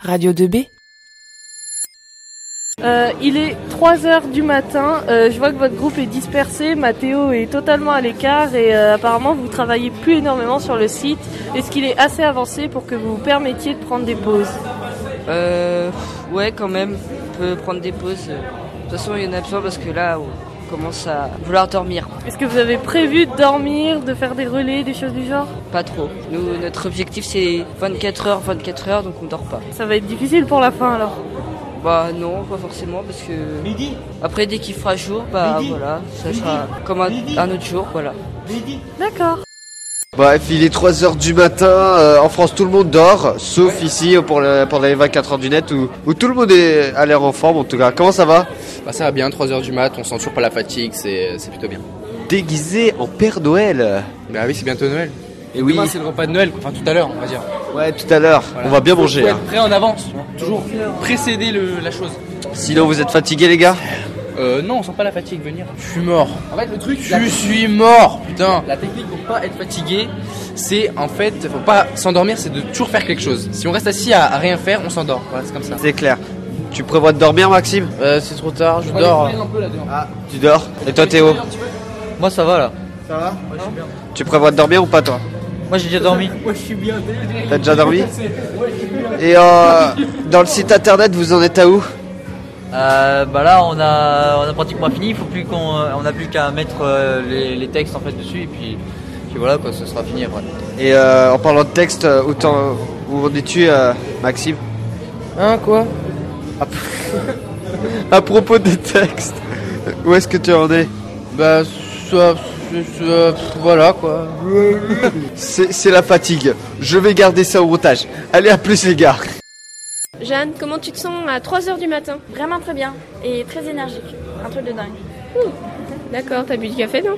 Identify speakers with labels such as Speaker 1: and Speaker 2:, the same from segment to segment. Speaker 1: Radio 2B
Speaker 2: Euh, il est 3h du matin, euh, je vois que votre groupe est dispersé, Mathéo est totalement à l'écart et euh, apparemment vous travaillez plus énormément sur le site. Est-ce qu'il est assez avancé pour que vous vous permettiez de prendre des pauses
Speaker 3: Euh, ouais, quand même, on peut prendre des pauses. De toute façon, il y en a besoin parce que là, on commence à vouloir dormir.
Speaker 2: Est-ce que vous avez prévu de dormir, de faire des relais, des choses du genre
Speaker 3: Pas trop. Nous, notre objectif, c'est 24 heures, 24 heures, donc on dort pas.
Speaker 2: Ça va être difficile pour la fin alors.
Speaker 3: Bah non, pas forcément, parce que... Midi Après, dès qu'il fera jour, bah voilà, ça sera comme un, un autre jour, voilà.
Speaker 2: D'accord.
Speaker 4: Bref, il est 3h du matin, euh, en France tout le monde dort, sauf ici euh, pour, le- pour les 24h du net où, où tout le monde est, a l'air en forme en tout cas. Comment ça va
Speaker 5: Bah ça va bien, 3h du mat, on sent toujours pas la fatigue, c'est c'est plutôt bien.
Speaker 4: Déguisé en Père Noël
Speaker 5: Bah oui, c'est bientôt Noël.
Speaker 4: Et oui,
Speaker 5: Demain, c'est le repas de Noël, enfin tout à l'heure, on va dire.
Speaker 4: ouais, tout à l'heure,
Speaker 5: Voilà.
Speaker 4: on va bien
Speaker 5: Faut-
Speaker 4: manger.
Speaker 5: faut
Speaker 4: hein.
Speaker 5: être prêt en avance, hein. toujours précéder le- la chose.
Speaker 4: Sinon, vous êtes fatigués les gars
Speaker 5: Euh, non, on sent pas la fatigue venir. Je suis mort. En fait, le truc, je suis mort, putain. La technique pour pas être fatigué, c'est en fait, faut pas s'endormir, c'est de toujours faire quelque chose. Si on reste assis à, à rien faire, on s'endort. Voilà, c'est comme ça.
Speaker 4: C'est clair. Tu prévois de dormir Maxime
Speaker 5: Euh, c'est trop tard, je dors. Ah,
Speaker 4: Tu dors Et toi Théo
Speaker 6: Moi ça va là.
Speaker 4: Tu prévois de dormir ou pas toi
Speaker 6: Moi j'ai déjà dormi.
Speaker 4: T'as déjà dormi Et euh, dans le site internet, vous en êtes à où
Speaker 6: Euh, bah là on a on a pratiquement fini. Il faut plus qu'on euh, on a plus qu'à mettre euh, les, les textes en fait dessus et puis puis voilà quoi, ce sera fini après.
Speaker 4: Et euh, en parlant de texte, euh, où, t'en- où en es-tu euh, Maxime
Speaker 5: Hein, quoi
Speaker 4: À propos des textes, où est-ce que tu en es
Speaker 5: Bah, voilà quoi.
Speaker 4: C'est c'est la fatigue. Je vais garder ça au montage. Allez, à plus les gars.
Speaker 7: Jeanne, comment tu te sens à 3h du matin Vraiment très bien et très énergique. Un truc de dingue.
Speaker 8: D'accord, t'as bu du café, non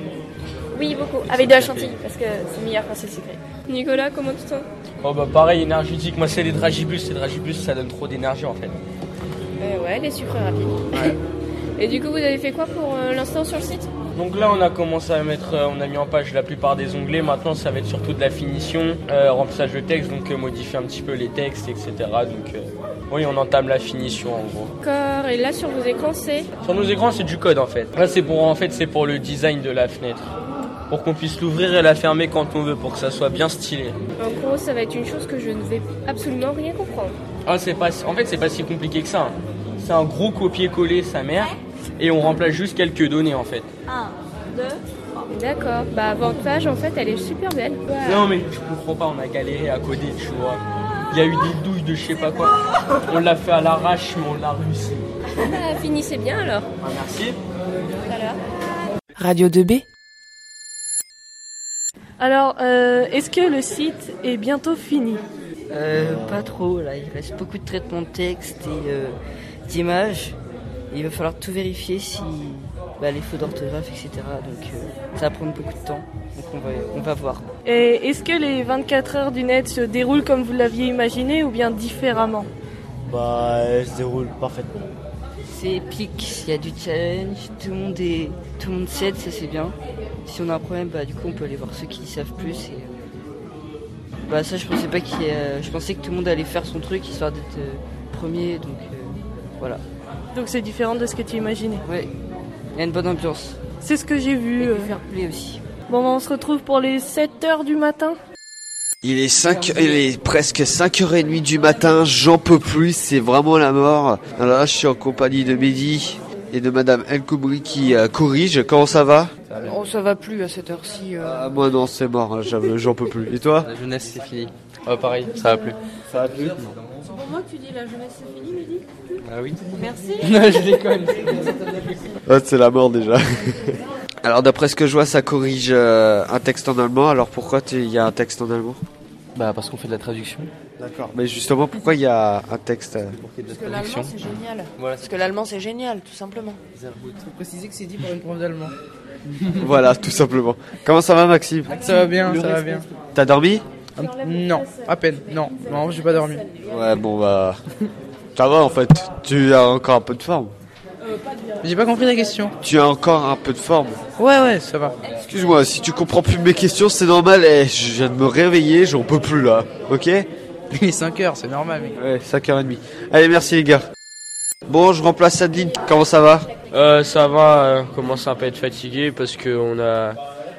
Speaker 7: Oui, beaucoup. Avec de la chantilly parce que c'est meilleur quand c'est sucré.
Speaker 8: Nicolas, comment tu te sens
Speaker 9: Oh bah pareil, énergétique. Moi c'est les dragibus, les dragibus ça donne trop d'énergie en fait.
Speaker 8: euh, Ouais, les sucres rapides. Et du coup, vous avez fait quoi pour euh, l'instant sur le site
Speaker 9: Donc là on a commencé à mettre, euh, on a mis en page la plupart des onglets. Maintenant ça va être surtout de la finition, euh, remplissage de texte, donc euh, modifier un petit peu les textes, etc. Donc euh, oui, on entame la finition en gros.
Speaker 8: D'accord, et là sur vos écrans, c'est
Speaker 9: Sur nos écrans c'est du code en fait. Là c'est pour en fait c'est pour le design de la fenêtre, pour qu'on puisse l'ouvrir et la fermer quand on veut, pour que ça soit bien stylé.
Speaker 8: En gros, ça va être une chose que je ne vais absolument rien comprendre.
Speaker 9: Ah, c'est pas, en fait, c'est pas si compliqué que ça. hein. C'est un gros copier-coller, sa mère, et on remplace juste quelques données en fait.
Speaker 8: D'accord, bah votre page en fait, elle est super belle.
Speaker 9: Non, mais je comprends pas, on a galéré à coder, tu vois. Il y a eu des douilles de je sais pas quoi. On l'a fait à l'arrache, mais on l'a réussi.
Speaker 8: Ah, finissez bien alors.
Speaker 9: Ah, merci.
Speaker 1: Radio 2B
Speaker 2: Alors, euh, est-ce que le site est bientôt fini
Speaker 3: Euh, pas trop, là, il reste beaucoup de traitements de texte et euh, d'images. Il va falloir tout vérifier si bah, les fautes d'orthographe, etc. Donc euh, ça va prendre beaucoup de temps. Donc on va, on va voir.
Speaker 2: Et est-ce que les 24 heures du net se déroulent comme vous l'aviez imaginé ou bien différemment
Speaker 10: Bah, elle se déroule parfaitement.
Speaker 3: C'est épique, il y a du challenge, tout le monde est, tout le monde s'aide, ça c'est bien. Si on a un problème, bah du coup on peut aller voir ceux qui savent plus. Et, euh, bah ça je pensais pas qu'il, y a- je pensais que tout le monde allait faire son truc histoire d'être euh, premier, donc euh, voilà.
Speaker 2: Donc c'est différent de ce que tu imaginais.
Speaker 3: Ouais, il y a une bonne ambiance.
Speaker 2: C'est ce que j'ai
Speaker 3: Et
Speaker 2: vu.
Speaker 3: du
Speaker 2: euh.
Speaker 3: fair play aussi.
Speaker 2: Bon, bah, on se retrouve pour les 7 heures du matin.
Speaker 4: Il est 5, il est presque 5h30 du matin. J'en peux plus. C'est vraiment la mort. Alors là, je suis en compagnie de Mehdi et de Madame El Koubri qui euh, corrige. Comment ça va
Speaker 3: Oh ça va plus à cette heure-ci. euh.
Speaker 4: Ah, Moi non, c'est mort. hein, j'avoue, J'en peux plus. Et toi
Speaker 5: La jeunesse, c'est fini. Oh, pareil, ça va plus.
Speaker 8: Pour moi, tu dis la jeunesse c'est fini, Midi
Speaker 5: Ah oui.
Speaker 8: Merci.
Speaker 5: je déconne.
Speaker 4: Ah, c'est la mort déjà. Alors d'après ce que je vois, ça corrige euh, un texte en allemand. Alors pourquoi tu- il y a un texte en allemand
Speaker 5: Bah parce qu'on fait de la traduction.
Speaker 4: D'accord. Mais justement, pourquoi il y a un texte euh,
Speaker 5: Parce que l'allemand c'est génial. Voilà,
Speaker 3: que l'allemand c'est génial, tout simplement.
Speaker 5: faut préciser que c'est dit par une prof d'allemand.
Speaker 4: Voilà, tout simplement. Comment ça va, Maxime
Speaker 5: Ça va bien, ça va bien.
Speaker 4: T'as dormi
Speaker 5: Non, à peine. Non, non, j'ai pas dormi.
Speaker 4: Ouais, bon bah. Ça va en fait. Tu as encore un peu de forme.
Speaker 5: J'ai pas compris la question.
Speaker 4: Tu as encore un peu de forme.
Speaker 5: Ouais, ouais, ça va.
Speaker 4: Excuse-moi, si tu comprends plus mes questions, c'est normal. Eh, je viens de me réveiller, j'en peux plus là. Ok
Speaker 5: Il est 5h, c'est normal, mec.
Speaker 11: Ouais, 5h30. Allez, merci les gars. Bon, je remplace Adeline. Comment ça va
Speaker 9: Euh, ça va, euh, commence un peu à être fatigué parce que on a.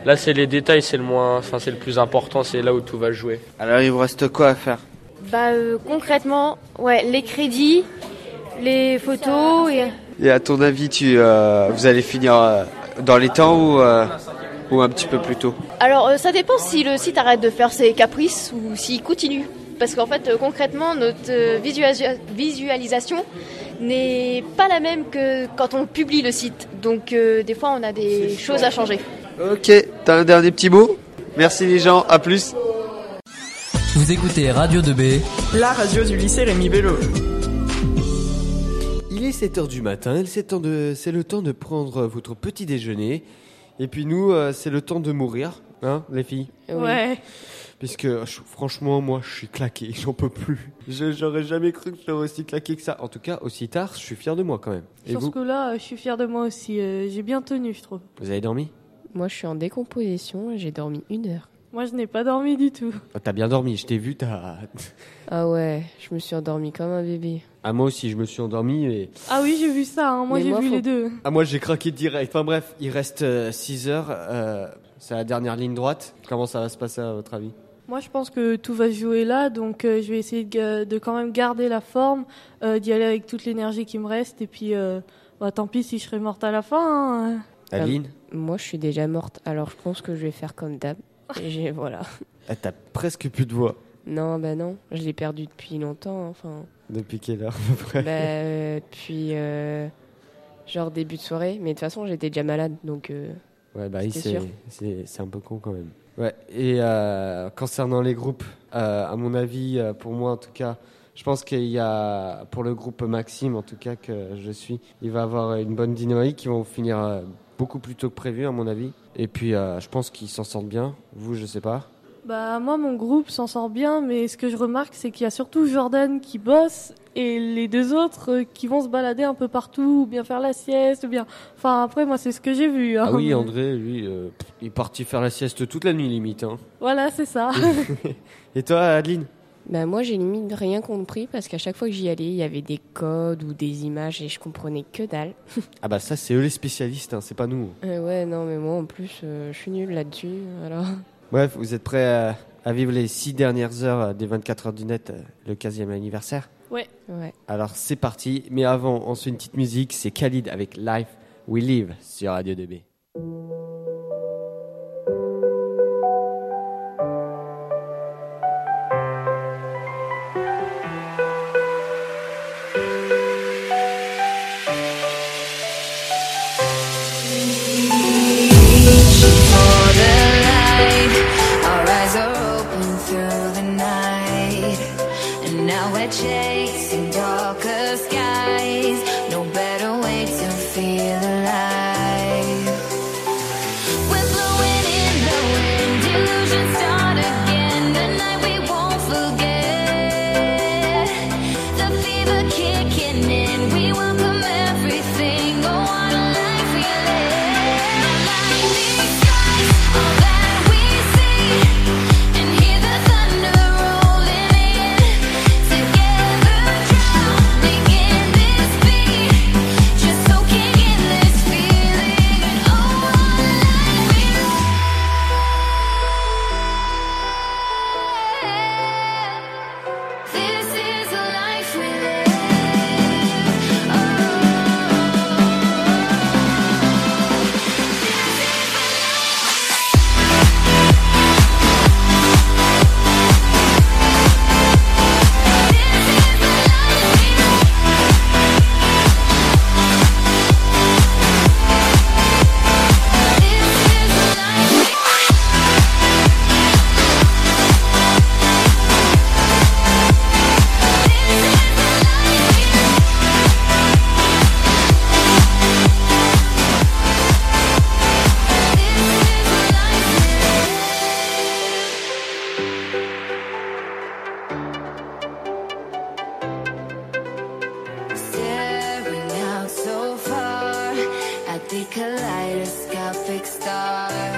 Speaker 9: Là, c'est les détails, c'est le moins, enfin, c'est le plus important, c'est là où tout va jouer.
Speaker 11: Alors, il vous reste quoi à faire
Speaker 12: Bah euh, concrètement, ouais, les crédits, les photos et
Speaker 11: Et à ton avis, tu, euh, vous allez finir euh, dans les temps ou, euh, ou un petit peu plus tôt
Speaker 13: Alors euh, ça dépend si le site arrête de faire ses caprices ou s'il continue. Parce qu'en fait, euh, concrètement, notre euh, visualis- visualisation n'est pas la même que quand on publie le site. Donc euh, des fois, on a des choses à changer.
Speaker 11: Ok, t'as un dernier petit mot Merci les gens, à plus.
Speaker 14: Vous écoutez Radio 2B.
Speaker 15: La radio du lycée Rémi Bello.
Speaker 4: Il est 7h du matin, et c'est temps de- c'est le temps de prendre votre petit déjeuner. Et puis nous, euh, c'est le temps de mourir, hein, les filles
Speaker 2: Eh
Speaker 16: Oui. Ouais.
Speaker 4: Puisque je- franchement, moi, je suis claqué, j'en peux plus. Je- J'aurais jamais cru que je serais aussi claqué que ça. En tout cas, aussi tard, je suis fier de moi quand même. Et
Speaker 2: Sur ce
Speaker 4: vous,
Speaker 2: coup-là, euh, je suis fière de moi aussi. euh, J'ai bien tenu, je trouve.
Speaker 4: vous avez dormi
Speaker 16: Moi, je suis en décomposition et j'ai dormi une heure.
Speaker 2: Moi, je n'ai pas dormi du tout.
Speaker 4: Ah, T'as bien dormi, je t'ai vu, t'as...
Speaker 16: Ah ouais, je me suis endormie comme un bébé.
Speaker 4: Ah, moi aussi, je me suis endormi, mais...
Speaker 2: Ah oui, j'ai vu ça. hein, Moi,
Speaker 16: Mais
Speaker 2: j'ai
Speaker 16: moi,
Speaker 2: vu
Speaker 16: faut-
Speaker 2: les deux.
Speaker 4: Ah, moi, j'ai craqué direct. Enfin bref, il reste 6 heures, euh, c'est la dernière ligne droite. Comment ça va se passer à votre avis
Speaker 2: Moi, je pense que tout va se jouer là, donc euh, je vais essayer de, ga- de quand même garder la forme, euh, d'y aller avec toute l'énergie qui me reste, et puis euh, bah, tant pis si je serais morte à la fin. hein.
Speaker 4: Aline
Speaker 16: Euh, Moi, je suis déjà morte, alors je pense que je vais faire comme d'hab. Et j'ai- voilà.
Speaker 4: Ah, T'as presque plus de voix
Speaker 16: Non, bah non, je l'ai perdu depuis longtemps. hein, Enfin,
Speaker 4: depuis quelle heure à peu près
Speaker 16: bah, euh, depuis euh, genre début de soirée. Mais de toute façon, j'étais déjà malade, donc. euh,
Speaker 4: Ouais, bah oui,
Speaker 16: c'était
Speaker 4: c'est
Speaker 16: sûr.
Speaker 4: c'est- c'est un peu con quand même. Ouais, et euh, concernant les groupes, euh, à mon avis, euh, pour moi en tout cas, je pense qu'il y a, pour le groupe Maxime en tout cas que je suis, il va avoir une bonne dynamique, ils vont finir euh, beaucoup plus tôt que prévu à mon avis. Et puis euh, je pense qu'ils s'en sortent bien, vous je sais pas.
Speaker 2: Bah, moi, mon groupe s'en sort bien, mais ce que je remarque, c'est qu'il y a surtout Jordan qui bosse, et les deux autres euh, qui vont se balader un peu partout, ou bien faire la sieste, ou bien. Enfin, après, moi, c'est ce que j'ai vu. hein,
Speaker 4: Ah oui,
Speaker 2: mais-
Speaker 4: André, lui, euh, pff, il est parti faire la sieste toute la nuit limite. hein.
Speaker 2: Voilà, c'est ça.
Speaker 4: Et toi Adeline
Speaker 16: Bah moi j'ai limite rien compris parce qu'à chaque fois que j'y allais, il y avait des codes ou des images et je comprenais que dalle.
Speaker 4: Ah bah ça c'est eux les spécialistes, hein, c'est pas nous.
Speaker 16: Euh, ouais non mais moi en plus euh, je suis nulle là-dessus alors.
Speaker 4: Bref, vous êtes prêts à, à vivre les six dernières heures euh, des 24 heures du net, euh, le 15e anniversaire
Speaker 2: Ouais.
Speaker 16: Ouais.
Speaker 4: Alors c'est parti, mais avant, on se fait une petite musique, c'est Khalid avec Life We Live sur Radio 2B.
Speaker 17: For the light, our eyes are open through the night, and now we're chasing darker skies. No better way to feel alive. We're blowing in the wind, illusions start again. The night we won't forget. The fever kicking in, we welcome everything. Go on a life we live. Like these skies, all that we see, and hear the thunder rolling in. Together, drowning in this beat, just soaking in this feeling. And oh, what a life we live. This is a life we live. Staring out so far at the kaleidoscopic stars. Oh,